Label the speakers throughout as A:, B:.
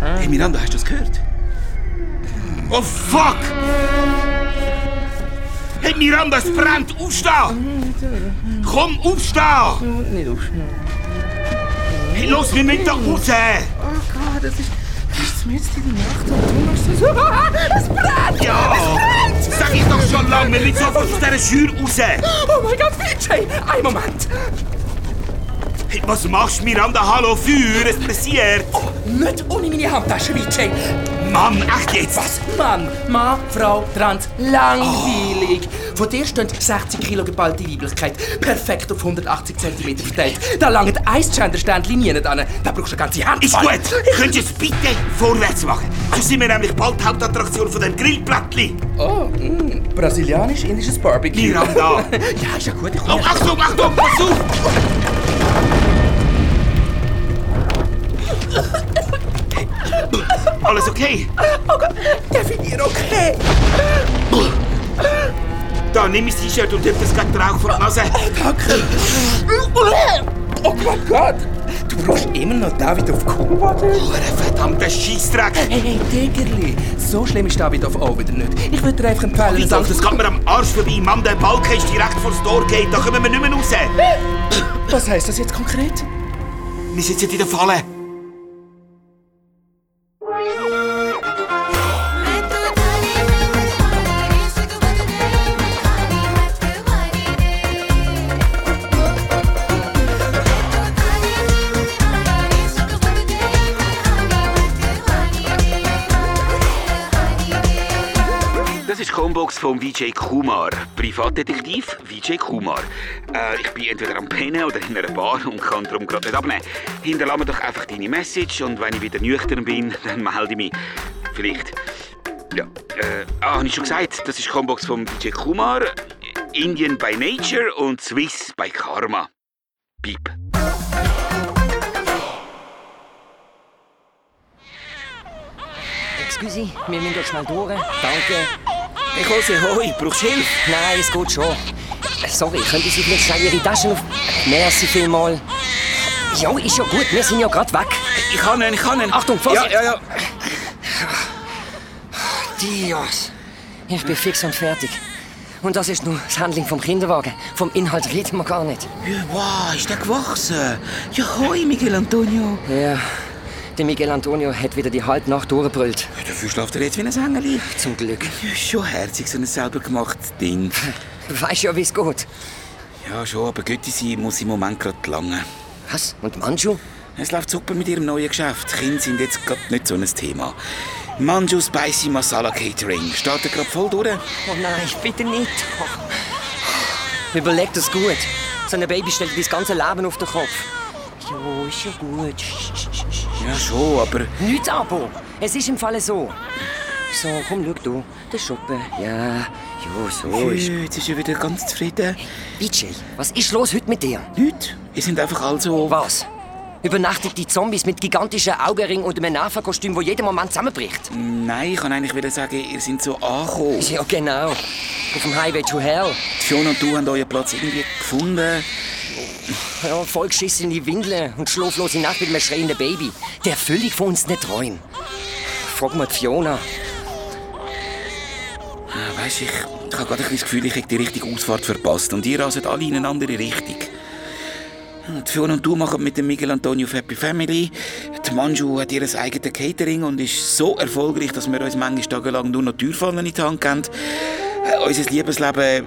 A: Hey Miranda, hast du das gehört? Oh fuck! Hey Miranda, es brennt! Aufstehen! Komm, aufstehen!
B: Nicht aufschneiden.
A: Hey, los, wir müssen da raus!
B: Oh Gott, das ist. Das ist mitten in der Nacht und du machst das. Ah, es brennt!
A: Ja! Sag ich doch schon lange, wir müssen sofort aus dieser Schür raus!
B: Oh mein Gott, Vijay! Ein Moment!
A: Hey, was machst du, Miranda? Hallo, Feuer, es passiert!
B: Oh, nicht ohne meine Handtasche, Vijay!
A: Mann, echt jetzt?
B: Was? Mann, Mann, Frau, Trans, langweilig! Von dir stehen 60 Kilo geballte Weiblichkeit, perfekt auf 180 cm verteilt. Da langt ein Gender-Ständchen nie an. Da brauchst du eine ganze Hand.
A: Ist gut! Könnt ihr es bitte vorwärts machen? Sonst sind wir nämlich bald die Hauptattraktion von dem Grillplättli!
B: Oh, mm, brasilianisch-indisches Barbecue.
A: Miranda.
B: ja, ist ja gut, ich
A: Oh,
B: komme.
A: Achtung, Achtung, pass auf! Alles okay? Oh.
B: Definier okay!
A: Da, nimm mein T-Shirt und hilf das gegen den Rauch vor die Nase.
B: Danke. Oh mein Gott! Du brauchst immer noch David auf Kuba,
A: Oh, ein verdammter Scheissdreck!
B: Hey, hey, Diggerli! So schlimm ist David auf auch wieder nicht. Ich würde dir einfach empfehlen,
A: Ich dachte, das geht mir am Arsch vorbei. Mann, der Balken ist direkt vor das Tor geht. Da kommen wir nicht mehr raus.
B: Was heisst das jetzt konkret?
A: Wir sitzen in der Falle. Das ist die Combox von Vijay Kumar. Privatdetektiv Vijay Kumar. Äh, ich bin entweder am Pennen oder in einer Bar und kann darum gerade nicht abnehmen. Hinterlasse mir doch einfach deine Message und wenn ich wieder nüchtern bin, dann melde ich mich. Vielleicht. Ja. Äh, ah, habe ich schon gesagt, das ist die Combox von Vijay Kumar. Indian by Nature und Swiss by Karma. Piep.
C: Excuse, wir müssen doch schnell durch. Danke.
A: Hey, Kose, hoi, brauchst du Hilfe?
C: Nein, es geht schon. Sorry, könnten Sie vielleicht schnell Ihre Taschen auf... Merci vielmal. Ja, ist ja gut, wir sind ja gerade weg.
A: Ich kann ihn, ich kann ihn.
C: Achtung,
A: ja,
C: Vorsicht!
A: ja, ja.
C: Dios. Ich bin fix und fertig. Und das ist nur das Handling vom Kinderwagen. Vom Inhalt reden wir gar nicht.
D: Wow, ist der gewachsen? Ja, hoi, Miguel Antonio.
C: Ja, der Miguel Antonio hat wieder die halbe Nacht durchgebrüllt.
D: Dafür schlaft er jetzt wie ein Engel.
C: Zum Glück.
D: Ja, ist schon herzig, so ein selber gemachtes Ding.
C: Weißt ja, wie es geht.
D: Ja, schon, aber Götti sein muss im Moment gerade lange.
C: Was? Und Manchu?
D: Es läuft super mit ihrem neuen Geschäft. Kinder sind jetzt gerade nicht so ein Thema. Manju Spicy Masala Catering. Steht er gerade voll durch?
C: Oh nein, bitte nicht. Oh. Überleg das gut. So ein Baby stellt dir das ganze Leben auf den Kopf. Jo, ist ja gut. Sch, sch, sch, sch.
D: Ja, schon, aber...
C: Nicht Abo. Es ist im Falle so. So, komm, schau du. Der Schuppen. Ja, jo, so
D: Oh,
C: ist...
D: jetzt ist er wieder ganz zufrieden.
C: Vijay, was ist los heute mit dir?
D: Nicht? Ihr sind einfach also- alle so...
C: Was? Übernachtet die Zombies mit gigantischen Augenringen und einem Nervenkostüm, wo jeden Moment zusammenbricht?
D: Nein, ich kann eigentlich wieder sagen, ihr sind so angekommen.
C: Ja, genau. Auf dem Highway to Hell.
D: Fiona und du haben euren Platz irgendwie gefunden.
C: Ja, vollgeschissen in die Windeln und schlaflose Nacht mit einem schreienden Baby. Der völlig von uns nicht träumt. Frag mal die Fiona.
D: Ah, Weisst, ich, ich habe gerade ein bisschen das Gefühl, ich hätte die richtige Ausfahrt verpasst. Und ihr raset alle in eine andere Richtung. Ah, Die Fiona und du machen mit dem Miguel Antonio auf Happy Family. Die Manju hat ihr eigenes Catering und ist so erfolgreich, dass wir uns manchmal tagelang nur noch Türfallen in die Hand geben. Äh, Unser Liebesleben... äh,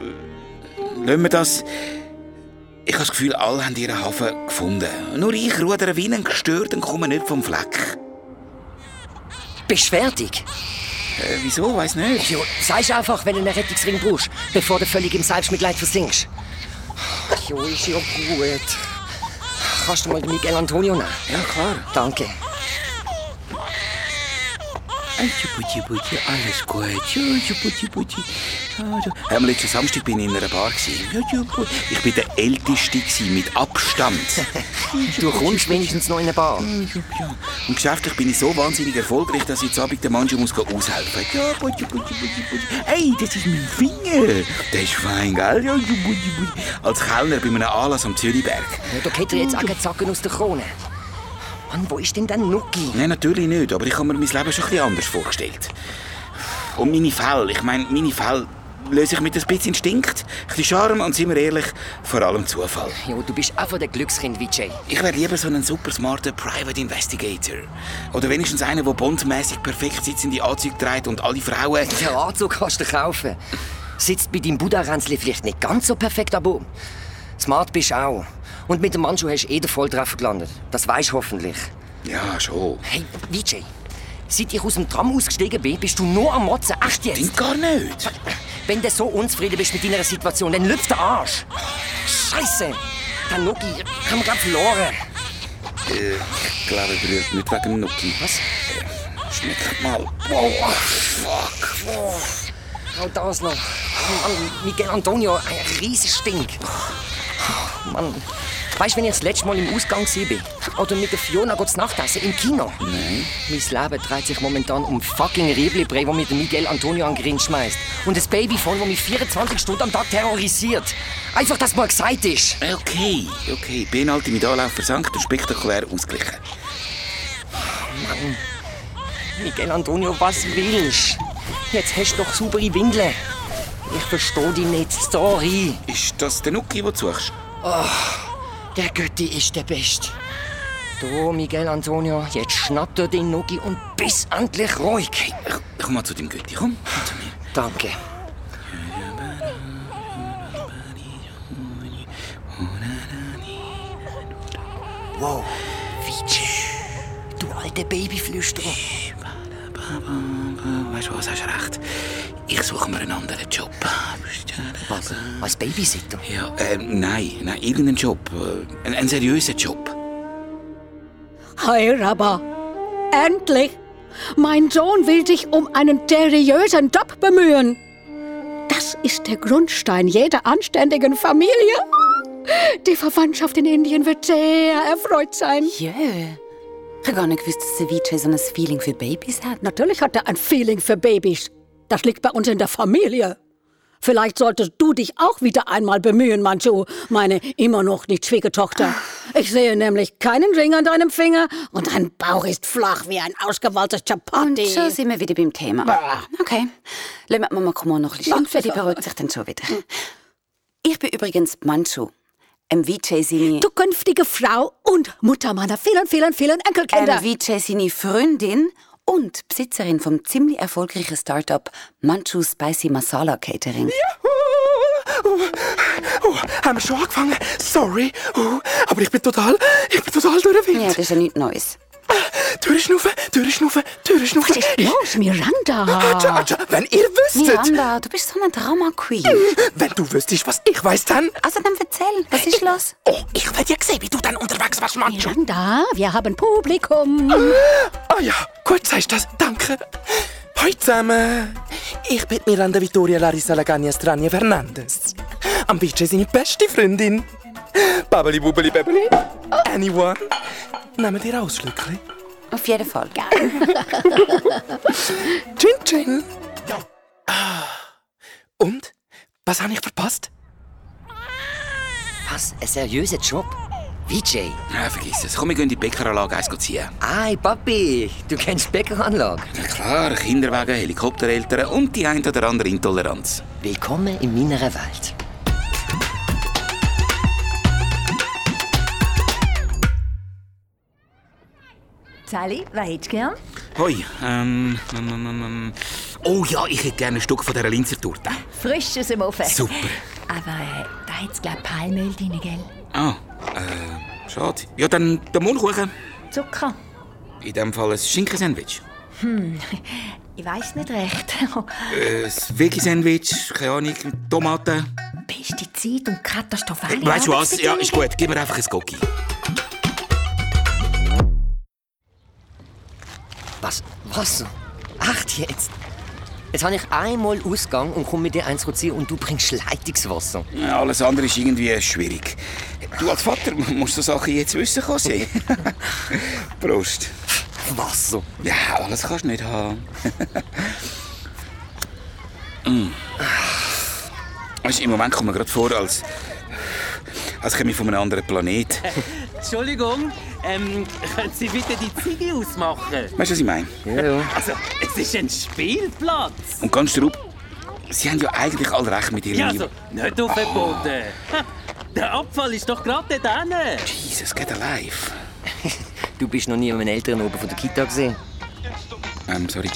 D: Lassen wir das... Ich habe das Gefühl, alle haben ihren Hafen gefunden. Nur ich rudere wie ein gestört und komme nicht vom Fleck.
C: Bist du fertig?
D: Äh, wieso? Weiß nicht.
C: Ja, sag's einfach, wenn du einen Rettungsring brauchst, bevor du völlig im Selbstmitleid versinkst. Jo, ist ja gut. Kannst du mal den Miguel Antonio nehmen?
D: Ja, klar.
C: Danke.
D: Putti, putti, alles gut. Juju, putti, putti. Am letzten Samstag bin ich in einer Bar. gewesen. Juju, putti. Ich war der Älteste gewesen, mit Abstand.
C: Du kommst wenigstens noch in eine Bar.
D: Und geschäftlich bin ich so wahnsinnig erfolgreich, dass ich jetzt Abend der Mannschaft muss gehen aushelfen muss. Ja, putti, putti, putti, putti. Hey, das ist mein Finger. Der ist fein, gell? Juju, putti, putti. Als Kellner bei einem Anlass am Zürichberg.
C: Ja, da geht dir jetzt auch kein Zacken aus der Krone. Mann, wo ist denn der Nuki?
A: Nein, natürlich nicht, aber ich habe mir mein Leben schon ein bisschen anders vorgestellt. Und meine Fälle, ich meine, meine Fälle löse ich mit ein bisschen Instinkt, ein bisschen Charme und, sind wir ehrlich, vor allem Zufall.
C: Jo, du bist einfach der Glückskind, Vijay.
A: Ich wäre lieber so ein super smarter Private Investigator. Oder wenigstens einer, der bondmäßig perfekt sitzende Anzüge trägt und alle Frauen...
C: Den Anzug kannst du kaufen. Sitzt bei deinem Buddha-Ränzli vielleicht nicht ganz so perfekt, aber smart bist du auch. Und mit dem Mannschuh hast du eh den Volltreffer gelandet. Das weisst du hoffentlich.
A: Ja, schon.
C: Hey, Vijay, seit ich aus dem Tram ausgestiegen bin, bist du nur am Motzen. Echt jetzt?
A: Stimmt gar nicht.
C: Wenn du so unzufrieden bist mit deiner Situation, dann lüpft den Arsch. Scheiße! Der Nuki, ich hab grad verloren.
A: Äh, ich glaube, ich berührt nicht wegen dem Nuki.
C: Was?
A: Schmeckt mal. Wow, ah, fuck. Wow.
C: Auch Genau das noch. Oh Mann, Miguel Antonio, ein riesiger Stink. Oh Mann, weißt du, wenn ich das letzte Mal im Ausgang war? Oder mit der Fiona geht's Nachtessen im Kino? Nein. Mein Leben dreht sich momentan um fucking Ribli-Brei, wo mir der Miguel Antonio an den Grin schmeißt. Und das Babyphone, wo mich 24 Stunden am Tag terrorisiert. Einfach, dass mal gesagt ist.
A: Okay, okay. Beinhalte mit Anlauf versankt und spektakulär ausgeglichen.
C: Miguel Antonio, was willst Jetzt hast du doch saubere Windeln. Ich verstehe dich nicht, sorry.
A: Ist das der Nuki, den du suchst?
C: Der Götti ist der Best. Du, Miguel Antonio, jetzt schnapp dir den Nuki und bist endlich ruhig.
A: Ich, ich komm mal zu dem Götti, komm. komm zu mir.
C: Danke. Wow, Vici, du alte Babyflüsterer.
A: Weißt du was, hast recht. Ich suche mir einen anderen Job.
C: Was? Als Babysitter?
A: Ja, ähm, nein, nein, irgendeinen Job. Äh, Ein, ein seriöser Job.
E: Hi, Rabba. Endlich! Mein Sohn will sich um einen seriösen Job bemühen. Das ist der Grundstein jeder anständigen Familie. Die Verwandtschaft in Indien wird sehr erfreut sein.
F: Jö. Ich habe gar nicht gewusst, dass Ceviche so ein Feeling für Babys hat.
E: Natürlich hat er ein Feeling für Babys. Das liegt bei uns in der Familie. Vielleicht solltest du dich auch wieder einmal bemühen, Manchu, meine immer noch nicht Schwiegertochter. Ich sehe nämlich keinen Ring an deinem Finger und dein Bauch ist flach wie ein ausgewalztes
F: Und
E: Chapati.
F: schon sind wir wieder beim Thema.
E: Bah.
F: Okay. Lassen wir mal komm, noch ein bisschen schimpfen, die beruhigt sich dann schon wieder. Ich bin übrigens Manchu. Im Vijay seine,
E: Du künftige Frau und Mutter meiner vielen, vielen, vielen Enkelkinder.
F: ähm, Vijay seine Freundin und Besitzerin vom ziemlich erfolgreichen Startup Manchu Spicy Masala Catering.
B: Oh, oh, haben wir schon angefangen? Sorry. Oh, aber ich bin total, ich bin total
F: Ja,
B: durchwind.
F: das ist ja nichts Neues.
B: Türschnaufen, Türschnaufen, Türschnaufen.
E: Los, Miranda.
B: Wenn ihr wüsstet,
F: Miranda, du bist so eine Drama-Queen.
B: wenn du wüsstest, was ich weiß, dann...
F: Also dann erzähl, was ist los?
B: Oh, ich will ja sehen, wie du dann unterwegs warst, Mann.
E: Miranda, wir haben Publikum.
B: Ah ja, gut sagst du das. Danke. Hallo zusammen. Ich bin Miranda Vittoria Larissa Lagagna Strania Fernandes. Am Vice seine beste Freundin. Babeli bubeli bebeli. Anyone. Nehmt ihr Ausschlückchen?
F: Auf jeden Fall.
B: Tschin, tschin. Ah. Und? Was habe ich verpasst?
C: Was? Ein seriöser Job? Vijay.
A: Nein, vergiss es. Komm, wir gehen in die Bäckeranlage eins ziehen.
C: Ei, Papi, du kennst Bäckeranlage.
A: Na klar, Kinderwagen, Helikoptereltern und die ein oder andere Intoleranz.
C: Willkommen in meiner Welt.
G: Sally, was hättest du gern?
A: Hoi, ähm, ähm, ähm, ähm. Oh ja, ich hätte gerne ein Stück von dieser Linzer Torte.
G: Frisch aus dem Ofen.
A: Super.
G: Aber äh, da hat's glaub Palmöl drin, gell?
A: Ah, äh, schade. Ja, dann der Mondkuchen.
G: Zucker?
A: In dem Fall ein Schinkensandwich.
G: Ich weiß nicht recht.
A: Äh, ein Veggie-Sandwich, keine Ahnung, mit Tomaten.
G: Pestizid und katastrophale
A: Weißt du was? Ja, um ist gut. Gib mir einfach ein Cookie.
C: Was? Was? Echt jetzt? Jetzt habe ich einmal Ausgang und komme mit dir eins ziehen und du bringst Leitungswasser.
A: Ja, alles andere ist irgendwie schwierig. Du als Vater musst so Sachen jetzt wissen, José. Prost.
C: Wasser?
A: Ja, alles kannst du nicht haben. mm. Weisst, Im Moment kommt mir gerade vor, als, als käme ich von einem anderen Planet.
H: Entschuldigung, ähm, können Sie bitte die Ziege ausmachen?
A: Weißt du, was ich meine?
H: Also, es ist ein Spielplatz.
A: Und ganz drauf, sie haben ja eigentlich alle recht mit ihrem
H: Ja,
A: Liebe.
H: also, nicht aufgeboten. Ha, Der Abfall ist doch gerade dort hinten.
A: Jesus, get alive.
C: Du bist noch nie an meinen Eltern oben von der Kita gesehen.
A: Ähm, sorry.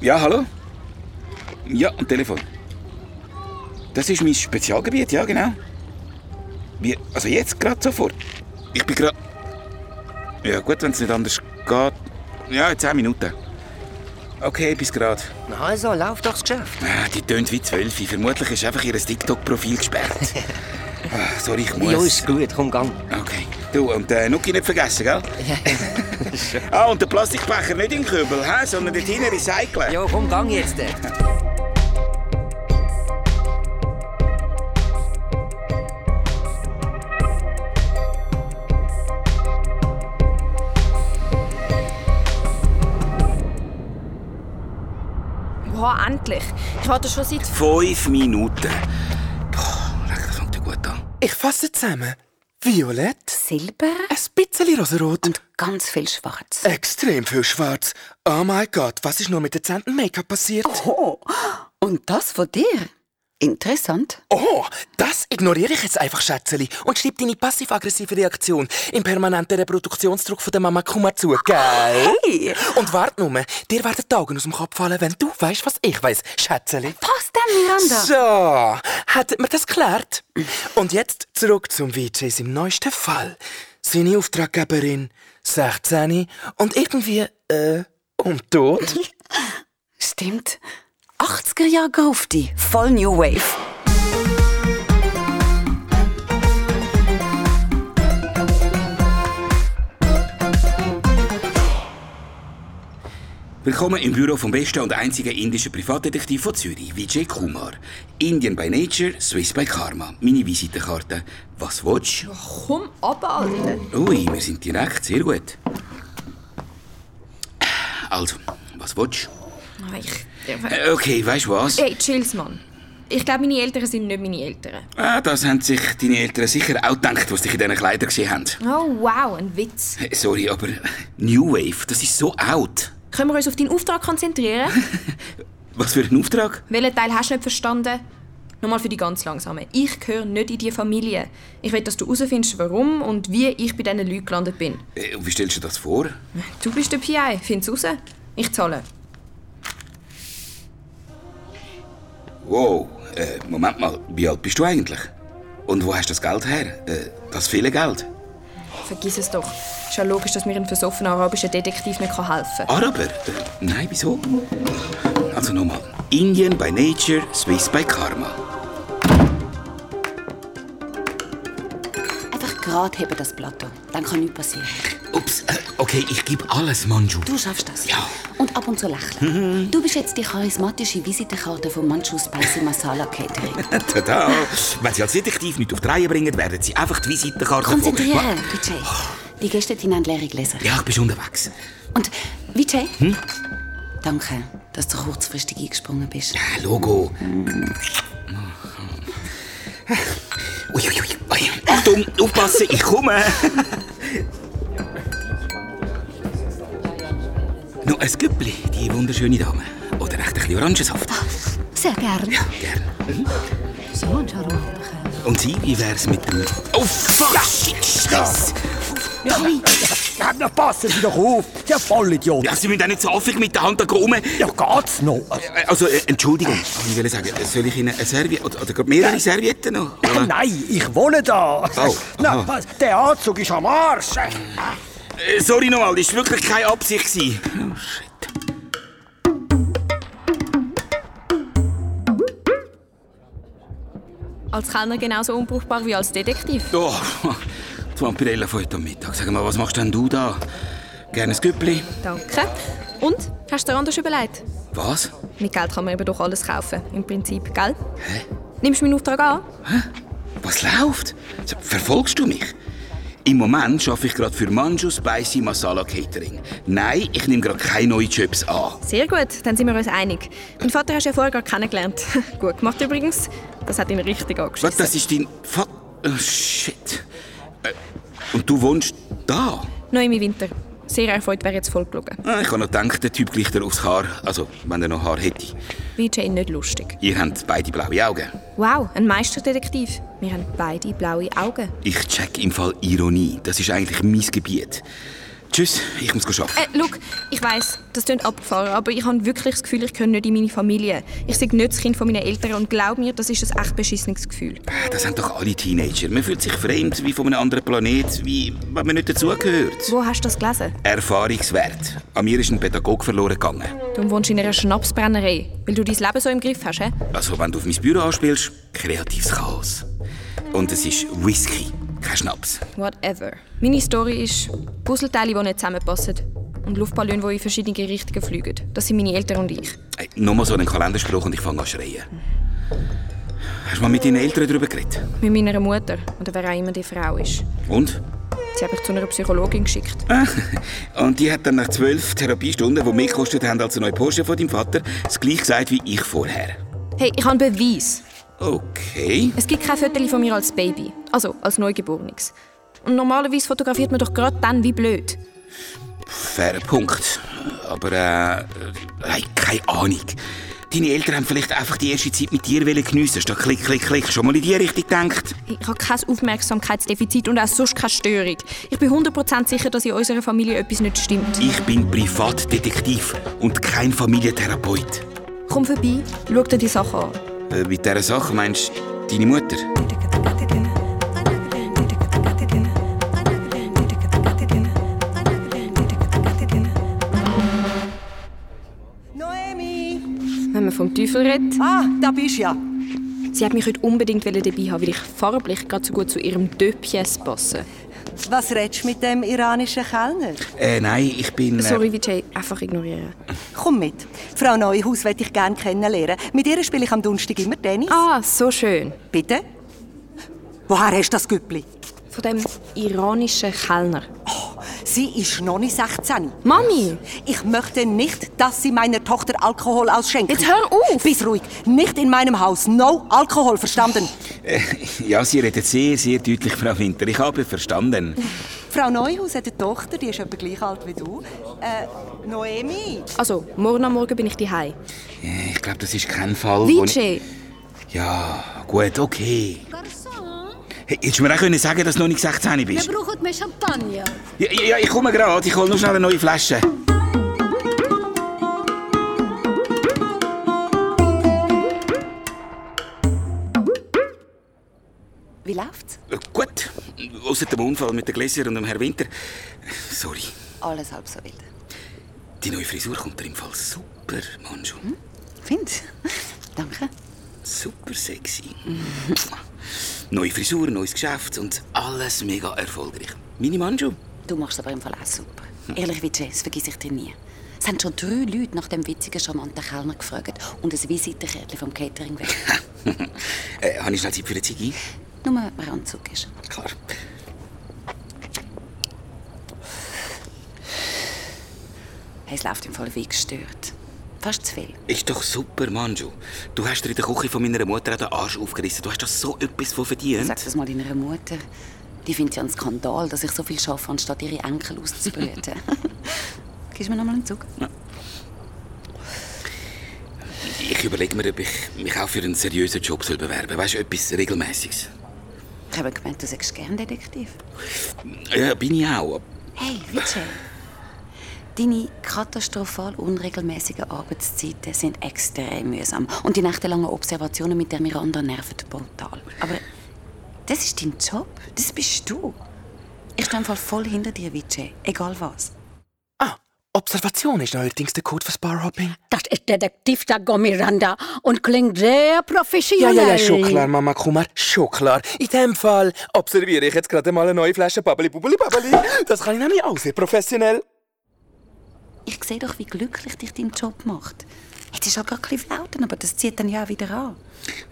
A: Ja, hallo? Ja, am Telefon. Das ist mein Spezialgebiet, ja, genau. Wie, also jetzt, gerade sofort. Ich bin gerade... Ja gut, wenn es nicht anders geht. Ja, in 10 Minuten. Okay, bis gerade.
C: Na also, lauf doch das Geschäft.
A: Ah, Die tönt wie 12. Vermutlich ist einfach ihr TikTok-Profil gesperrt. Ah, sorry, ich muss.
C: Ja, ist gut, komm, gang.
A: Okay. Du, und den Nuki nicht vergessen, gell? ah, und den Plastikbecher nicht in den Kübel, hä? sondern dort hinten recyceln.
C: Ja, komm, gang jetzt.
I: Boah, endlich. Ich warte schon seit...
A: Fünf Minuten. Boah, leck, das fängt ja gut an.
B: Ich fasse zusammen. Violett,
F: Silber
B: ein bisschen rosarot,
F: und ganz viel Schwarz.
B: extrem viel schwarz. Oh mein Gott, was ist nur mit dezentem Make-up passiert?
F: Oh, und das von dir? Interessant.
B: Oh, das ignoriere ich jetzt einfach, Schätzeli, und schreibe deine passiv-aggressive Reaktion im permanenten Reproduktionsdruck von der Mama Kummer zu, gell?
F: Hey,
B: Und warte nur, dir werden die Augen aus dem Kopf fallen, wenn du weißt, was ich weiß, Schätzeli.
F: was denn, Miranda?
B: So, hätten wir das geklärt? Und jetzt zurück zum VJs im neuesten Fall. Seine Auftraggeberin, 16 und irgendwie, äh, und tot?
F: Stimmt. 80er Jahre Grufti, voll New Wave.
A: Willkommen im Büro vom besten und einzigen indischen Privatdetektiv von Zürich, Vijay Kumar. Indian by Nature, Swiss by Karma. Meine Visitenkarte. Was willst du?
I: Komm ab, Alter.
A: Ui, wir sind direkt, sehr gut. Also, was willst
I: Ah, Ich...
A: du? Äh, Okay, weißt du was?
I: Ey, chills, Mann. Ich glaube, meine Eltern sind nicht meine Eltern.
A: Ah, das haben sich deine Eltern sicher auch gedacht, als sie dich in diesen Kleidern gesehen haben.
I: Oh, wow, ein Witz.
A: Äh, Sorry, aber New Wave, das ist so out.
I: Können wir uns auf deinen Auftrag konzentrieren?
A: Was für ein Auftrag?
I: Welchen Teil hast du nicht verstanden? Nochmal für die ganz Langsame. Ich gehöre nicht in die Familie. Ich will, dass du herausfindest, warum und wie ich bei diesen Leuten gelandet bin.
A: Äh, Und wie stellst du dir das vor?
I: Du bist der PI. Find's raus. Ich zahle.
A: Wow, äh, Moment mal, wie alt bist du eigentlich? Und wo hast du das Geld her? Äh, das viele Geld?
I: Vergiss es doch. Ist ja logisch, dass mir ein versoffener arabischer Detektiv nicht helfen kann.
A: Araber? Äh, nein, wieso? Also nochmal. Indian by Nature, Swiss by Karma.
F: Einfach gerade heben das Plateau. Dann kann nichts passieren.
A: Ups, äh, okay, ich gebe alles, Manju.
F: Du schaffst das. Ja. Mhm. Und ab und zu lächeln. Du bist jetzt die charismatische Visitenkarte von Manchu Spicy Masala Catering.
A: Tada! Wenn Sie als Detektiv nicht auf die Reihe bringen, werden Sie einfach die Visitenkarte von-
E: Äh,
F: Konzentrieren, Vijay. Die Gäste haben leere Gläser.
A: Ja, ich bin unterwegs.
F: Und Vijay?
A: Hm?
F: Danke, dass du kurzfristig eingesprungen bist.
A: Äh, Logo. Uiuiui. Ui, ui. Achtung, aufpassen, ich komme. Noch ein Güppli, die wunderschöne Dame. Oder echt ein bisschen Orangensaft.
G: Sehr gern.
A: Ja, gern. Mhm.
G: So, und schau mal.
A: Und Sie, wie wär's mit dem... Oh, fuck, shit, Scheiss.
J: Na, passen Sie doch auf! Ja, voll Idiot!
A: Ja, Sie müssen auch nicht so affig mit der Hand da rum.
J: Ja, geht's noch?
A: Äh, Also, äh, Entschuldigung. Ich will sagen, äh, soll ich Ihnen eine Serviette... Oder, oder gerade mehrere Servietten noch? Oder?
J: Nein, ich wohne da!
A: Oh, aha.
J: Na, was? Der Anzug ist am Arsch!
A: Äh, Sorry nochmal, das war wirklich keine Absicht. gewesen. Oh, shit.
I: Als Kellner genauso unbrauchbar wie als Detektiv.
A: Oh, die Vampirella von heute Mittag. Sag mal, was machst denn du da? Gerne ein Güppli?
I: Danke. Und? Hast du dir anders überlegt?
A: Was?
I: Mit Geld kann man eben doch alles kaufen. Im Prinzip, gell? Nimmst du meinen Auftrag an?
A: Was läuft? So, Verfolgst du mich? Im Moment schaffe ich gerade für Manju Spicy Masala Catering. Nein, ich nehme gerade keine neuen Jobs an.
I: Sehr gut, dann sind wir uns einig. Mein Vater hast du ja vorher gar kennengelernt. gut gemacht übrigens. Das hat ihn richtig angeschissen.
A: Was, das ist dein... Fa oh, shit. Äh, Und du wohnst da?
I: Noch im Winter. Sehr erfreut wäre jetzt vollgelogen.
A: Ah, Ich habe noch gedacht, der Typ gleicht dir aufs Haar. Also, wenn er noch Haar hätte.
I: VJ nicht lustig.
A: Ihr habt beide blaue Augen.
I: Wow, ein Meisterdetektiv. Wir haben beide blaue Augen.
A: Ich check im Fall Ironie. Das ist eigentlich mein Gebiet. Tschüss, ich muss arbeiten.
I: Äh, look, ich weiß, das tönt abgefahren, aber ich habe wirklich das Gefühl, ich gehöre nicht in meine Familie. Ich bin nicht das Kind von meinen Eltern und glaub mir, das ist ein echt beschissenes Gefühl.
A: Das haben doch alle Teenager. Man fühlt sich fremd, wie von einem anderen Planet, wie wenn man nicht dazugehört.
I: Wo hast du das gelesen?
A: Erfahrungswert. An mir ist ein Pädagoge verloren gegangen.
I: Du wohnst in einer Schnapsbrennerei, weil du dein Leben so im Griff hast, hä?
A: Also, wenn du auf mein Büro anspielst, kreatives Chaos. Und es ist Whisky, kein Schnaps.
I: Whatever. Meine Story ist Puzzleteile, die nicht zusammenpassen. Und Luftballons, die in verschiedene Richtungen fliegen. Das sind meine Eltern und ich.
A: Hey, Äh, Nur mal so einen Kalenderspruch und ich fange an zu schreien. Hast du mal mit deinen Eltern darüber geredet?
I: Mit meiner Mutter oder wer auch immer die Frau ist.
A: Und?
I: Sie hat mich zu einer Psychologin geschickt.
A: Und die hat dann nach zwölf Therapiestunden, die mehr gekostet haben als eine neue Porsche von deinem Vater, das gleiche gesagt wie ich vorher.
I: Hey, ich habe einen Beweis.
A: Okay.
I: Es gibt kein Foto von mir als Baby. Also, als Neugeborenes. Und normalerweise fotografiert man doch gerade dann wie blöd.
A: Fairer Punkt. Aber, äh, hey, keine Ahnung. Deine Eltern haben vielleicht einfach die erste Zeit mit dir wollen geniessen statt klick, klick, klick. Schon mal in die Richtung gedacht.
I: Hey, Ich habe kein Aufmerksamkeitsdefizit und auch sonst keine Störung. Ich bin 100% sicher, dass in unserer Familie etwas nicht stimmt.
A: Ich bin Privatdetektiv und kein Familientherapeut.
I: Komm vorbei, schau dir die Sache an.
A: Äh, mit dieser Sache meinst du deine Mutter?
I: Wenn man vom Teufel redet.
K: Ah, da bist ja.
I: Sie hat mich heute unbedingt wollen dabei haben, weil ich farblich gerade so gut zu ihrem deux pièces passe.
K: Was redest du mit dem iranischen Kellner?
A: Äh, nein, ich bin... Äh,
I: Sorry, Vijay, einfach ignorieren.
K: Komm mit. Frau Neuhaus möchte ich gerne kennenlernen. Mit ihr spiele ich am Donnerstag immer Tennis.
I: Ah, so schön.
K: Bitte? Woher hast du das Güppli?
I: Von dem iranischen Kellner.
K: Sie ist noch nicht 16.
I: Mami!
K: Ich möchte nicht, dass Sie meiner Tochter Alkohol ausschenken.
I: Jetzt hör auf!
K: Bis ruhig. Nicht in meinem Haus. No Alkohol, verstanden?
A: Äh, ja, Sie reden sehr, sehr deutlich, Frau Winter. Ich habe verstanden.
K: Frau Neuhaus hat eine Tochter, die ist etwa gleich alt wie du. Äh, Noemi?
I: Also, morgen am Morgen bin ich daheim.
A: Äh, Ich glaube, das ist kein Fall, wo ich...
I: Vijay!
A: Ja, gut, okay. Hey, hättest du mir auch können sagen dass du noch nicht 16 bist?
E: Wir brauchen mehr Champagner.
A: Ja, ja, ja, ich komme gerade. Ich hole nur schnell eine neue Flasche.
K: Wie läuft's?
A: Äh, Gut. Außer dem Unfall mit den Gläsern und dem Herr Winter. Sorry.
K: Alles halb so wild.
A: Die neue Frisur kommt dir im Fall super, Manjo.
K: Find. Danke.
A: Super sexy.
K: Mhm.
A: neue Frisur, neues Geschäft und alles mega erfolgreich. Meine Manjo.
F: Du machst aber im Fall auch super. Ehrlich wie Jess, vergiss ich dich nie. Es haben schon drei Leute nach dem witzigen, charmanten Kellner gefragt und ein Visitenkärtchen vom Catering weg.
A: Äh, habe ich schnell Zeit für eine Ziggy?
F: Nur wenn man Anzug ist.
A: Klar.
F: Hey, es läuft im Fall wie gestört. Fast zu viel.
A: Ist doch super, Manjo. Du hast dir in der Küche von meiner Mutter auch den Arsch aufgerissen. Du hast doch so etwas von verdient.
F: Sag das mal deiner Mutter. Die findet ja einen Skandal, dass ich so viel schaffe, anstatt ihre Enkel auszubrüten. Gibst du mir noch mal einen Zug?
A: Ich überlege mir, ob ich mich auch für einen seriösen Job soll bewerben soll. Weißt du, etwas Regelmäßiges?
F: Ich habe gemeint, du sagst gern Detektiv.
A: Ja, bin ich auch.
F: Hey, Vijay. Deine katastrophal unregelmäßigen Arbeitszeiten sind extrem mühsam. Und die nächtelangen Observationen mit der Miranda nerven brutal. Aber das ist dein Job. Das bist du. Ich stehe im Fall voll hinter dir, Vijay. Egal was.
B: Observation ist neuerdings der Code für Sparhopping.
E: Das ist Detektivjargon, Miranda, und klingt sehr
B: Ja,
E: professionell.
B: ja, ja, schon klar, Mama Kumar, schon klar. In dem Fall observiere ich jetzt gerade mal eine neue Flasche Babbeli Bubbeli Babbeli. Das kann ich nämlich auch sehr professionell.
F: Ich sehe doch, wie glücklich dich dein Job macht. Jetzt ist auch gerade ein bisschen flauten, aber das zieht dann ja auch wieder an.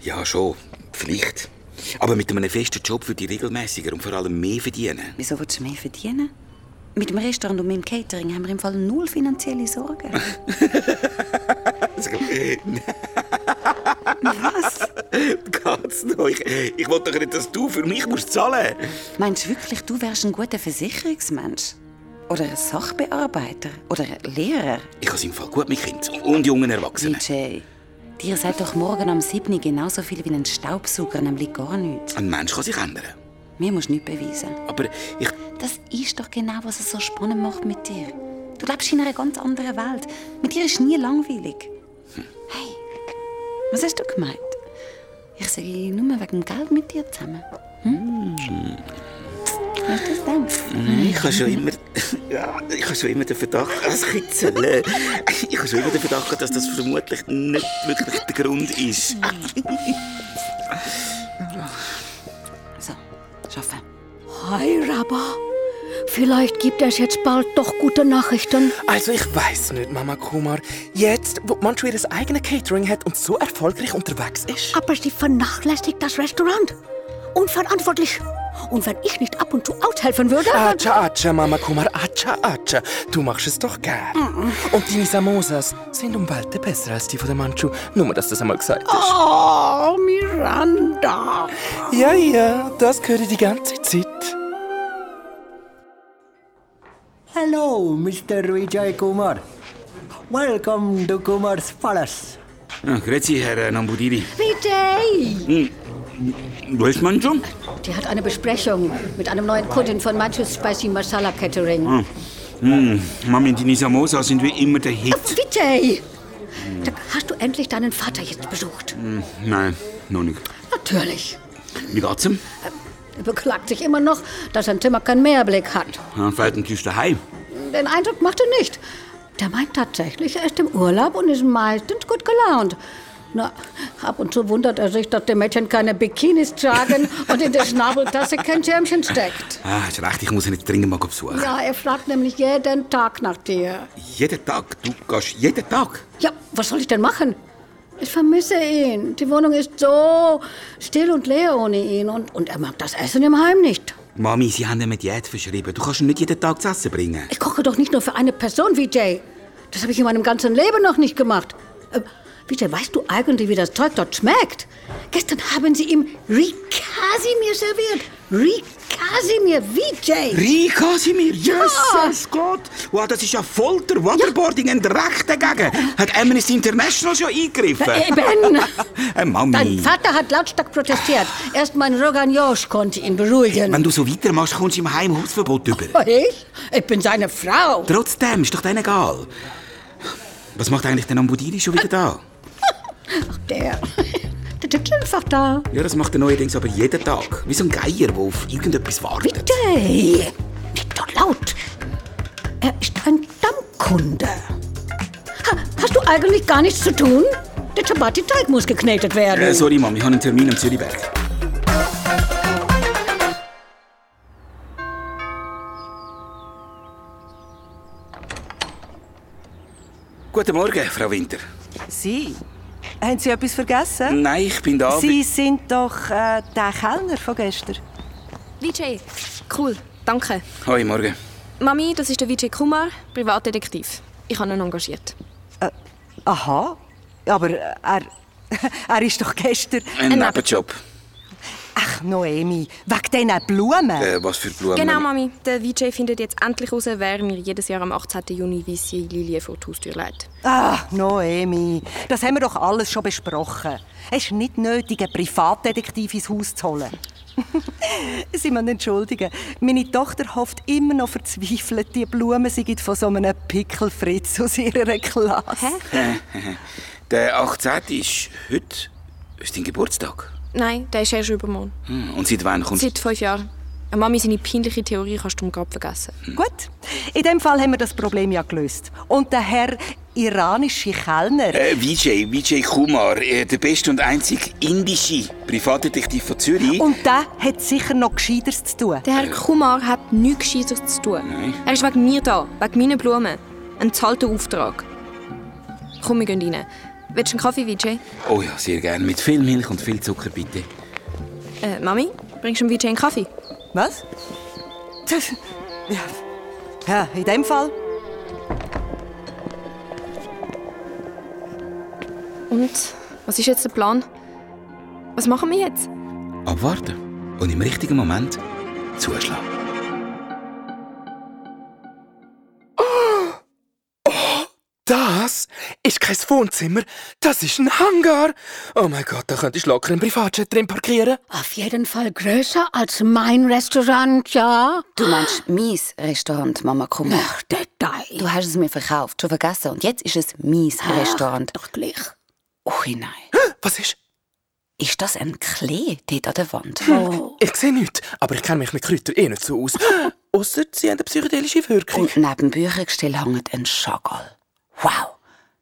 A: Ja, schon. Vielleicht. Aber mit einem festen Job würde ich regelmäßiger und vor allem mehr verdienen.
F: Wieso willst du mehr verdienen? Mit dem Restaurant und meinem Catering haben wir im Fall null finanzielle Sorgen.
A: Was? Geht's noch? Ich, ich will doch nicht, dass du für mich musst zahlen
F: Meinst du wirklich, du wärst ein guter Versicherungsmensch? Oder ein Sachbearbeiter? Oder ein Lehrer?
A: Ich kann es im Fall gut mit Kindern und jungen Erwachsenen.
F: DJ, dir seid doch morgen am 7. Uhr genauso viel wie ein Staubsauger, nämlich gar nichts.
A: Ein Mensch kann sich ändern.
F: Mir musst du nichts beweisen.
A: Aber ich...
F: Das ist doch genau, was es so spannend macht mit dir. Du lebst in einer ganz anderen Welt. Mit dir ist nie langweilig. Hey, was hast du gemeint? Ich sage nur wegen dem Geld mit dir zusammen. Hm? Hast du das gedacht?
A: Ich habe schon immer... Ja, ich habe schon immer den Verdacht... Das Kitzeln. Ich habe schon immer den Verdacht, gehabt, dass das vermutlich nicht wirklich der Grund ist.
F: So, schaffen.
E: Hi, Rabba. Vielleicht gibt es jetzt bald doch gute Nachrichten.
B: Also ich weiß nicht, Mama Kumar. Jetzt, wo Manchu ihr eigenes Catering hat und so erfolgreich unterwegs ist.
E: Aber sie vernachlässigt das Restaurant. Unverantwortlich. Und wenn ich nicht ab und zu aushelfen würde.
B: Atscha, atscha, Mama Kumar, atscha, atscha. Du machst es doch gern. Und deine Samosas sind um Welten besser als die von der Manchu. Nur, dass das einmal gesagt ist.
E: Oh, Miranda.
B: Ja, ja, das höre ich die ganze Zeit.
L: Hello, Mr. Vijay Kumar. Welcome to Kumar's Palace.
A: Ah, grüezi, Herr äh, Nambudiri.
E: Vijay!
A: Hm, Wo ist man schon?
E: Die hat eine Besprechung mit einem neuen Kunden von Manchus Spicy Masala Catering.
A: Ah. Hm, Mami und die Samosa sind wie immer der Hit.
E: Vijay! Da hast du endlich deinen Vater jetzt besucht.
A: Hm, Nein, noch nicht.
E: Natürlich.
A: Wie geht's ihm?
E: Er beklagt sich immer noch, dass sein Zimmer keinen Meerblick hat.
A: Ah, Fällt ein Tisch daheim.
E: Den Eindruck macht er nicht. Der meint tatsächlich, er ist im Urlaub und ist meistens gut gelaunt. Na, ab und zu wundert er sich, dass die Mädchen keine Bikinis tragen und in der Schnabeltasse kein Schirmchen steckt.
A: Ah, hast recht, ich muss ihn jetzt dringend mal besuchen.
E: Ja, er fragt nämlich jeden Tag nach dir.
A: Jeden Tag, du gehst jeden Tag.
E: Ja, was soll ich denn machen? Ich vermisse ihn. Die Wohnung ist so still und leer ohne ihn. Und, und er mag das Essen im Heim nicht.
A: Mami, sie haben ihm eine Diät verschrieben. Du kannst ihn nicht jeden Tag zu essen bringen.
E: Ich koche doch nicht nur für eine Person, Vijay. Das habe ich in meinem ganzen Leben noch nicht gemacht. Äh, Vijay, weißt du eigentlich, wie das Zeug dort schmeckt? Gestern haben sie ihm Rikasimir serviert. Rikasimir, Vijay.
A: Rie Kasimir, Jesus Gott! Wow, das ist ja Folter, Waterboarding und Recht dagegen. Hat Amnesty International schon eingegriffen?
E: Ja, eben.
A: Äh, Mami.
E: Dein Vater hat lautstark protestiert. Erst mein Rogan Josh konnte ihn beruhigen.
A: Wenn du so weitermachst, kommst du im Heim Hausverbot über.
E: Aber Ich? Ich bin seine Frau.
A: Trotzdem, ist doch denen egal. Was macht eigentlich der Ambudiri schon wieder da?
E: Der. Der sitzt einfach da.
A: Ja, das macht er neuerdings aber jeden Tag. Wie so ein Geier, der auf irgendetwas wartet.
E: Hey, nicht so laut. Er ist ein Stammkunde. Ha, hast du eigentlich gar nichts zu tun? Der Ciabatti-Teig muss geknetet werden.
A: Äh, sorry, Mami, ich habe einen Termin am Zürichberg. Guten Morgen, Frau Winter.
K: Sie? Haben Sie etwas vergessen?
A: Nein, ich bin da.
K: Sie sind doch äh, der Kellner von gestern.
I: Vijay, cool, danke.
A: Hoi, morgen.
I: Mami, das ist der Vijay Kumar, Privatdetektiv. Ich habe ihn engagiert.
K: Aha, aber äh, er, er ist doch gestern...
A: Ein Nebenjob.
K: Ach, Noemi, wegen diesen Blumen.
A: Äh, was für Blumen?
I: Genau, Mami. Der Vijay findet jetzt endlich heraus, wer mir jedes Jahr am 18. Juni weiße Lilie vor die Haustür legt.
K: Ah, Noemi, das haben wir doch alles schon besprochen. Es ist nicht nötig, einen Privatdetektiv ins Haus zu holen. Sie müssen entschuldigen. Meine Tochter hofft immer noch verzweifelt, die Blumen seien von so einem Pickelfritz aus ihrer Klasse.
A: Der 18. ist heute ist dein Geburtstag.
I: Nein, der ist erst übermorgen.
A: Hm, Und seit wann kommt
I: Seit fünf Jahren. Äh, Mami, seine peinliche Theorie kannst du ihm gerade vergessen.
K: Gut, in dem Fall haben wir das Problem ja gelöst. Und der Herr iranische Kellner...
A: Äh, Vijay, Vijay Kumar, äh, der beste und einzig indische Privatdetektiv von Zürich.
K: Und der hat sicher noch Gescheiteres zu tun.
I: Der Herr Kumar hat nichts Gescheiteres zu tun. Er ist wegen mir da, wegen meinen Blumen. Ein zahlter Auftrag. Komm, wir gehen rein. Willst du einen Kaffee, Vijay?
A: Oh ja, sehr gerne. Mit viel Milch und viel Zucker, bitte.
I: Äh, Mami, bringst du dem Vijay einen Kaffee?
K: Was? Das, ja. ja, in dem Fall...
I: Und? Was ist jetzt der Plan? Was machen wir jetzt?
A: Abwarten und im richtigen Moment zuschlagen.
B: Das ist kein Wohnzimmer, das ist ein Hangar. Oh mein Gott, da könnte ich locker einen Privatjet drin parkieren.
E: Auf jeden Fall größer als mein Restaurant, ja?
F: Du meinst mein Restaurant, Mama Kummer. Ach, Detail. Du hast es mir verkauft, schon vergessen. Und jetzt ist es mein Restaurant. Doch gleich. Ui, nein.
B: Was ist?
F: Ist das ein Klee dort an der Wand?
B: Ich sehe nichts, aber ich kenne mich mit Kräutern eh nicht so aus. Außer sie haben eine psychedelische Wirkung.
F: Und neben dem Büchergestell hängt ein Schagall. Wow,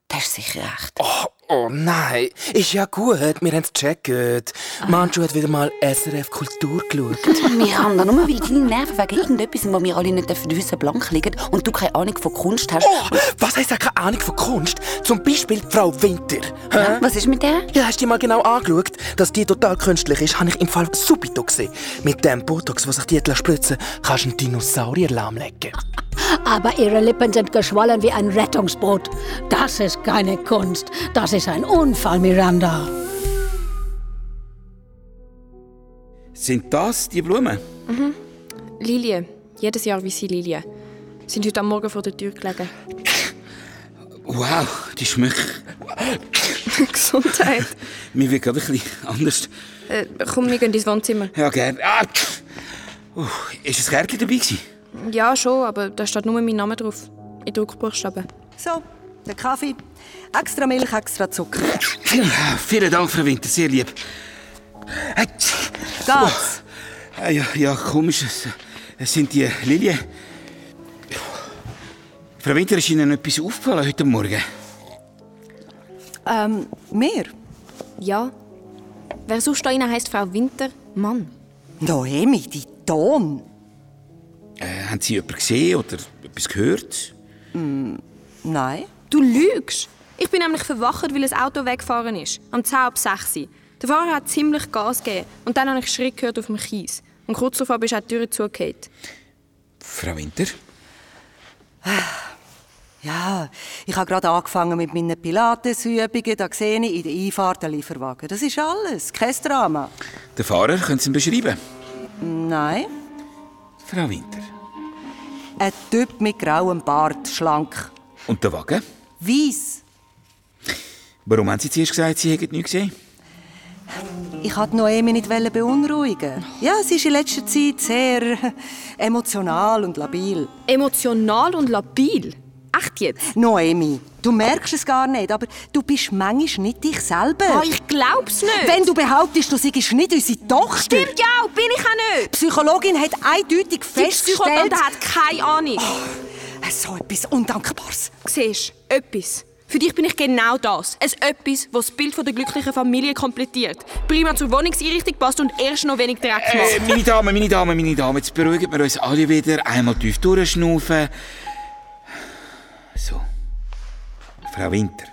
F: das ist sicher recht.
B: Oh, oh nein, ist ja gut, wir haben es gecheckt. Manchu hat wieder mal SRF Kultur geschaut.
F: Wir haben da nur wie deine Nerven wegen irgendetwas, wo wir alle nicht dürfen wissen, blank liegen und du keine Ahnung von Kunst hast.
B: Oh, was heisst ja keine Ahnung von Kunst? Zum Beispiel Frau Winter.
F: Ja, was ist mit der?
B: Ja, hast du die mal genau angeschaut? Dass die total künstlich ist, habe ich im Fall subito gesehen. Mit dem Botox, was sich die hat spritzen lassen, kannst du einen Dinosaurier lahmlegen.
E: Aber ihre Lippen sind geschwollen wie ein Rettungsboot. Das ist keine Kunst. Das ist ein Unfall, Miranda.
A: Sind das die Blumen?
I: Mhm. Lilie. Jedes Jahr wie sie Lilie. Sind heute am Morgen vor der Tür gelegen.
A: Wow, die schmecken.
I: Gesundheit.
A: Mir wird gerade ein bisschen anders.
I: Äh, komm, wir gehen ins Wohnzimmer.
A: Ja, okay. Ah, tsch. Uff, ist das Kärtchen dabei gewesen?
I: Ja, schon, aber da steht nur mein Name drauf. In Druckbuchstaben.
K: So, der Kaffee. Extra Milch, extra Zucker.
A: Ah, Vielen Dank, Frau Winter, sehr lieb. Ah, tsch.
K: Geht's?
A: Ah, Ja, ja, komisch. Es, es sind die Lilien. Frau Winter, ist Ihnen etwas aufgefallen heute Morgen?
K: Ähm, mehr?
I: Ja. Wer sonst da rein heisst Frau Winter? Mann.
K: Noemi, die Ton.
A: Äh, haben Sie jemanden gesehen oder etwas gehört?
K: Hm, nein.
I: Du lügst. Ich bin nämlich verwacht, weil ein Auto weggefahren ist. Am 10 ab 6 Uhr. Der Fahrer hat ziemlich Gas gegeben. Und dann habe ich Schritt gehört auf dem Kies. Und kurz darauf habe ich auch die Tür zugefallen.
A: Frau Winter?
K: Ja, ich habe gerade angefangen mit meinen Pilatesübungen. Da sehe ich in der Einfahrt einen Lieferwagen. Das ist alles. Kein Drama.
A: Den Fahrer können Sie ihn beschreiben.
K: Nein.
A: Frau Winter.
K: Ein Typ mit grauem Bart, schlank.
A: Und der Wagen?
K: Weiss.
A: Warum haben Sie zuerst gesagt, Sie hätten nichts gesehen?
K: Ich wollte Noemi nicht beunruhigen. Ja, sie ist in letzter Zeit sehr emotional und labil.
I: Emotional und labil? Echt jetzt?
K: Noemi, du merkst es gar nicht, aber du bist manchmal nicht dich selber.
I: Ah, ich glaub's nicht.
K: Wenn du behauptest, du seist nicht unsere Tochter.
I: Stimmt ja auch, bin ich auch nicht.
K: Die Psychologin hat eindeutig
I: Die
K: festgestellt...
I: Psychotante hat keine Ahnung.
K: so etwas Undankbares.
I: Siehst du, etwas. Für dich bin ich genau das. Es etwas, das das Bild von der glücklichen Familie komplettiert. Prima zur Wohnungseinrichtung passt und erst noch wenig Dreck macht.
A: Äh, meine Damen, meine Damen, meine Damen, jetzt beruhigen wir uns alle wieder. Einmal tief durchschnaufen. So. Frau Winter,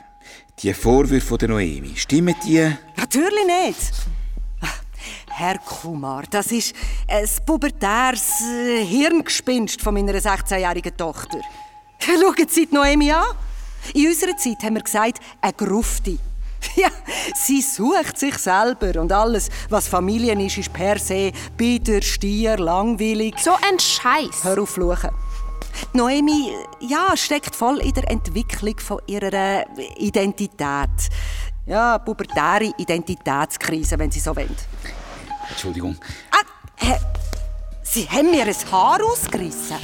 A: die Vorwürfe von der Noemi, stimmen die?
K: Natürlich nicht. Herr Kumar, das ist ein pubertäres äh, Hirngespinst von meiner 16-jährigen Tochter. Schauen Sie die Noemi an. In unserer Zeit haben wir gesagt, eine Grufti. Ja, sie sucht sich selber und alles, was Familien ist, ist per se bitter, stier, langweilig.
I: So ein Scheiß.
K: Hör auf, fluchen. Die Noemi, ja, steckt voll in der Entwicklung von ihrer äh, Identität. Ja, pubertäre Identitätskrise, wenn Sie so wollen.
A: Entschuldigung.
K: Ah, hä? Sie haben mir ein Haar ausgerissen.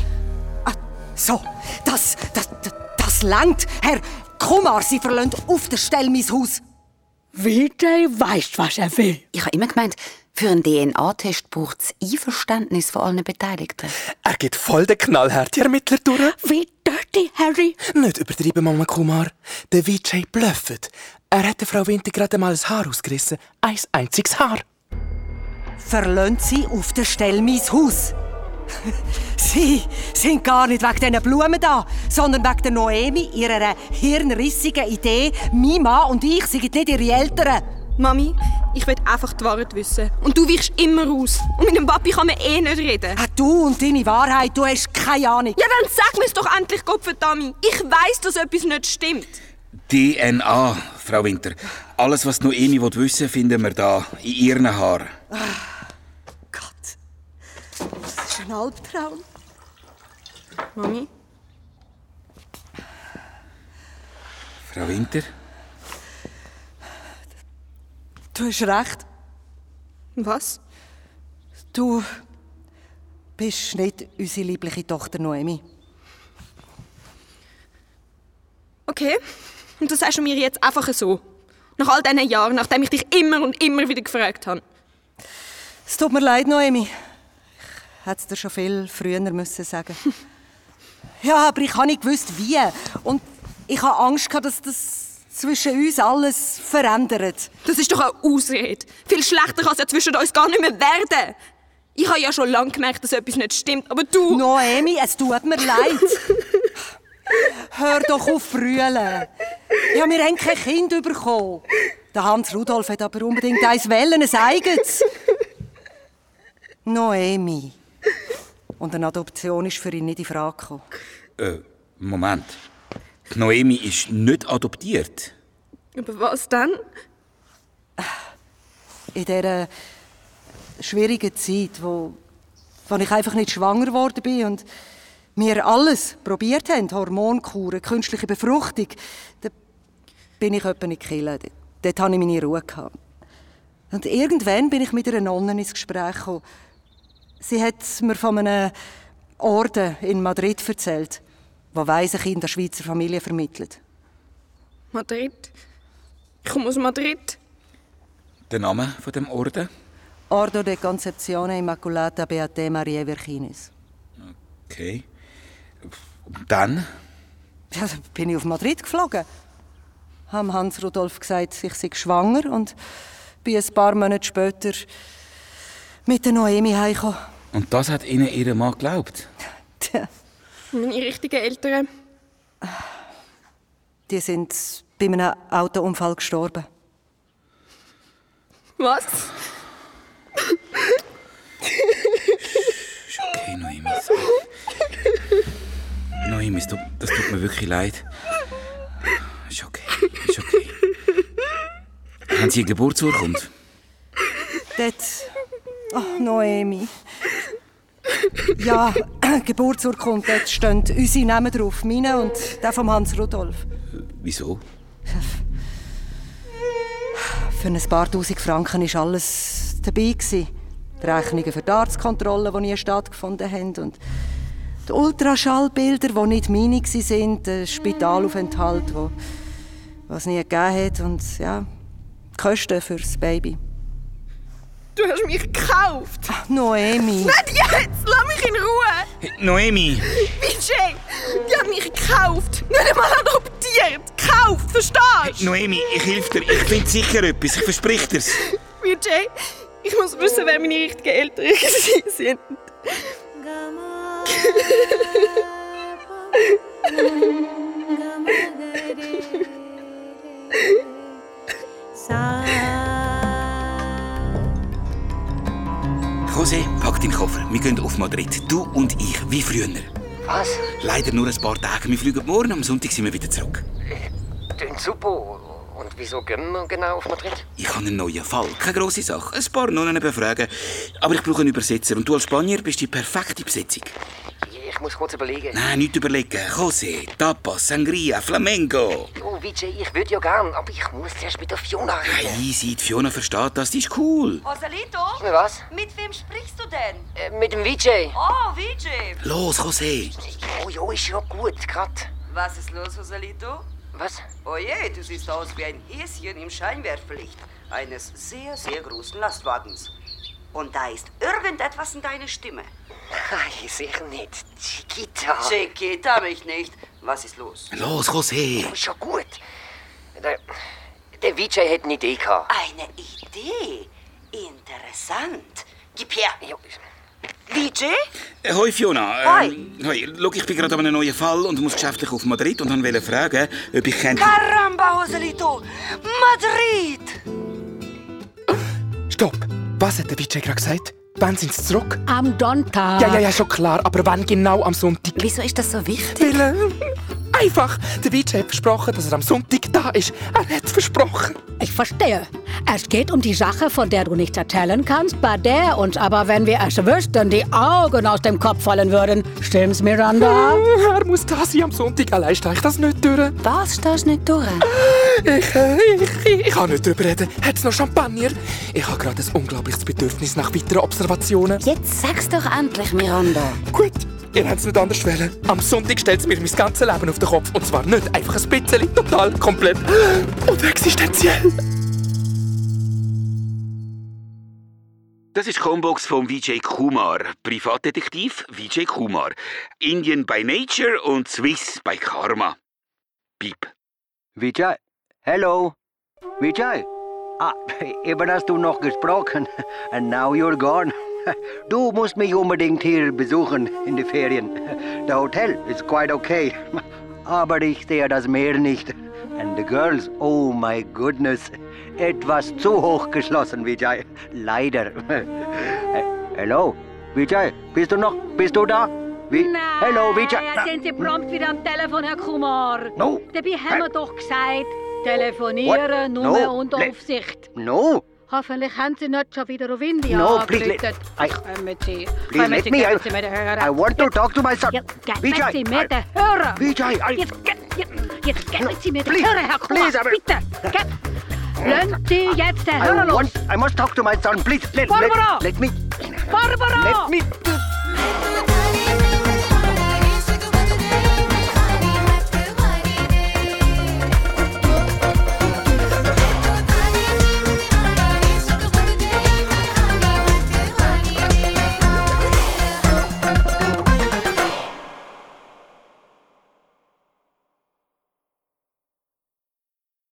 K: Ah, so, das, das, das, das langt. Herr Kumar, Sie verlassen auf der Stelle mein Haus.
E: Vijay weiß, was er will.
F: Ich habe immer gemeint, für einen DNA-Test braucht es Einverständnis von allen Beteiligten.
B: Er geht voll den knallhart die Ermittler durch.
E: Wie dirty, Harry.
B: Nicht übertreiben, Mama Kumar. Der Vijay blöffet. Er hat der Frau Winter gerade mal ein Haar ausgerissen. Ein einziges Haar.
K: Verlassen Sie auf der Stelle mein Haus. Sie sind gar nicht wegen diesen Blumen da, sondern wegen der Noemi, ihrer hirnrissigen Idee, mein Mann und ich sind nicht ihre Eltern.
I: Mami, ich will einfach die Wahrheit wissen. Und du weichst immer aus. Und mit dem Papi kann man eh nicht reden.
K: Ah, du und deine Wahrheit, du hast keine Ahnung.
I: Ja, dann sag mir's doch endlich, Kopfdami. Ich weiß, dass etwas nicht stimmt.
A: DNA, Frau Winter. Alles, was noch Emi wissen will, finden wir da, in ihren Haaren.
K: Das ist ein Albtraum.
I: Mami?
A: Frau Winter?
K: Du hast recht.
I: Was?
K: Du bist nicht unsere liebliche Tochter Noemi.
I: Okay. Und das sagst du mir jetzt einfach so. Nach all diesen Jahren, nachdem ich dich immer und immer wieder gefragt habe.
K: Es tut mir leid, Noemi. Ich hätte es dir schon viel früher müssen sagen Ja, aber ich habe nicht gewusst, wie. Und ich habe Angst, gehabt, dass das zwischen uns alles verändert.
I: Das ist doch eine Ausrede. Viel schlechter kann es ja zwischen uns gar nicht mehr werden. Ich habe ja schon lange gemerkt, dass etwas nicht stimmt, aber du...
K: Noemi, es tut mir leid. Hör doch auf brüllen. Ja, wir haben kein Kind bekommen. Der Hans Rudolf hat aber unbedingt eins wählen, ein eigenes. Noemi. Und eine Adoption ist für ihn nicht in Frage gekommen.
A: Äh, Moment. Die Noemi ist nicht adoptiert.
I: Aber was dann?
K: In dieser schwierigen Zeit, wo, wo ich einfach nicht schwanger geworden bin und wir alles probiert haben, Hormonkuren, künstliche Befruchtung, da bin ich etwa in die Kirche. Dort, dort hatte ich meine Ruhe. Gehabt. Und irgendwann bin ich mit einer Nonne ins Gespräch gekommen. Sie hat mir von einem Orden in Madrid erzählt, wo weise Kinder Schweizer Familie vermittelt.
I: Madrid? Ich komme aus Madrid.
A: Der Name von dem Orden?
K: Ordo de Concepzione Immaculata Beate Maria Virginis.
A: Okay. Und dann?
K: Ja, dann bin ich auf Madrid geflogen. Haben Hans Rudolf gesagt, ich sei schwanger und bin ein paar Monate später mit der Noemi heimgekommen.
A: Und das hat Ihnen Ihr Mann geglaubt?
K: Tja,
I: Meine richtigen Eltern.
K: Die sind bei einem Autounfall gestorben.
I: Was?
A: Ist okay, Noemi. Noemi, es tut- das tut mir wirklich leid. Ist okay, ist okay. Haben Sie eine Geburtsurkunde?
K: Dort. Ach, Noemi. Ja, Geburtsurkunde, dort stehen unsere Namen drauf. Meine und der von Hans Rudolf.
A: Wieso?
K: Für ein paar tausend Franken war alles dabei. gewesen. Die Rechnungen für die Arztkontrollen, die nie stattgefunden haben. Und die Ultraschallbilder, die nicht meine waren. Der Spitalaufenthalt, wo- was es nie gegeben hat. Und ja, die Kosten für das Baby.
I: Du hast mich gekauft.
K: Noemi.
I: Nicht jetzt! Lass mich in Ruhe!
A: Noemi!
I: Vijay, die hat mich gekauft. Nicht einmal adoptiert. Gekauft, verstehst du?
A: Noemi, ich helfe dir. Ich finde sicher etwas. Ich verspreche dir's.
I: Vijay, ich muss wissen, wer meine richtigen Eltern gewesen sind.
A: José, pack deinen Koffer. Wir gehen auf Madrid. Du und ich, wie früher.
C: Was?
A: Leider nur ein paar Tage. Wir fliegen morgen. Am Sonntag sind wir wieder zurück.
C: Tönt super. Und wieso gehen wir genau auf Madrid?
A: Ich habe einen neuen Fall. Keine grosse Sache. Ein paar Nonnen befragen. Aber ich brauche einen Übersetzer. Und du als Spanier bist die perfekte Besetzung.
C: Ich muss kurz überlegen.
A: Nein, nichts überlegen. José, Tapas, Sangria, Flamengo.
C: Oh, Vijay, ich würde ja gern, aber ich muss zuerst mit der Fiona reden.
A: Easy, die Fiona versteht das. Die ist cool.
D: Rosalito?
C: Was? Äh,
D: Mit wem sprichst du denn?
C: Mit dem Vijay.
D: Oh, Vijay!
A: Los, José.
C: Oh ja, ist ja gut, grad.
D: Was ist los, Rosalito?
C: Was?
D: Oje, du siehst aus wie ein Häschen im Scheinwerferlicht eines sehr, sehr großen Lastwagens. Und da ist irgendetwas in deiner Stimme.
C: Nein, sicher nicht. Chiquita.
D: Chiquita mich nicht. Was ist los?
A: Los, José.
C: Ist ja gut. Der, der Vijay hat eine Idee gehabt.
D: Eine Idee. Interessant. Gib her. Vijay?
A: Äh, Hoi Fiona. Ähm,
D: Hoi.
A: Hoi. Schau, ich bin gerade an einem neuen Fall und muss geschäftlich auf Madrid und wollte fragen, ob ich kennt.
D: Caramba, Rosalito! Madrid!
B: Stopp! Was hat der Vijay gerade gesagt? Wann sind sie zurück?
E: Am
F: Ah.
E: Donnerstag.
B: Ja, ja, ja, schon klar. Aber wann genau am Sonntag?
F: Wieso ist das so wichtig?
B: Wille. Einfach! Der Vijay hat versprochen, dass er am Sonntag da ist. Er hat versprochen.
M: Ich verstehe. Es geht um die Sache, von der du nichts erzählen kannst, bei der uns aber, wenn wir es wüssten, die Augen aus dem Kopf fallen würden. Stimmt's, Miranda?
B: Er muss da sein am Sonntag. Allein stehe ich das nicht durch.
F: Was stehst du nicht durch?
B: Ich, äh, ich, ich, ich kann nicht drüber reden. Hat's noch Champagner? Ich habe gerade ein unglaubliches Bedürfnis nach weiteren Observationen.
F: Jetzt sag's doch endlich, Miranda.
B: Gut, ihr habt's nicht anders wollen. Am Sonntag stellt's mir mein ganzes Leben auf den Kopf. Und zwar nicht einfach ein bisschen, total, komplett äh, und existenziell.
A: Das ist die Combox von Vijay Kumar, Privatdetektiv Vijay Kumar. Indian by Nature und Swiss by Karma. Piep.
L: Vijay, hello. Vijay, ah, eben hast du noch gesprochen. And now you're gone. Du musst mich unbedingt hier besuchen in den Ferien. The hotel is quite okay. Aber ich sehe das Meer nicht. And the girls, oh my goodness. Etwas zu hoch geschlossen, Vijay. Leider. Hello, Vijay, bist du noch? Bist du da? Vi
E: Nein,
L: Hello, Vijay.
E: jetzt sind Sie prompt wieder am Telefon, Herr Kumar.
L: No.
E: Dabei haben wir
L: Äh.
E: doch gesagt, telefonieren,
L: What?
E: nur
L: No.
E: unter
L: Le-
E: Aufsicht.
L: No.
E: Hoffentlich haben Sie nicht schon wieder auf Indien
L: No, please let-
E: angerufen.
L: I-
E: Kommen Sie,
L: Please
E: kommen
L: let
E: Sie,
L: me. I-
E: geben Sie mir den Hörer.
L: I want to talk to my son.
E: Geben
L: Vijay,
E: Sie
L: I-
E: mir den Hörer.
L: Vijay, I-
E: Jetzt, ge- jetzt, jetzt geben Sie mir den
L: please,
E: Hörer, Herr Kumar,
L: please, I-
E: bitte. Ge- Lassen Sie jetzt den
L: I
E: Hörer los.
L: want. I must talk to my son, please. Let, let,
E: Barbara!
L: let me.
E: Barbara!
L: Let me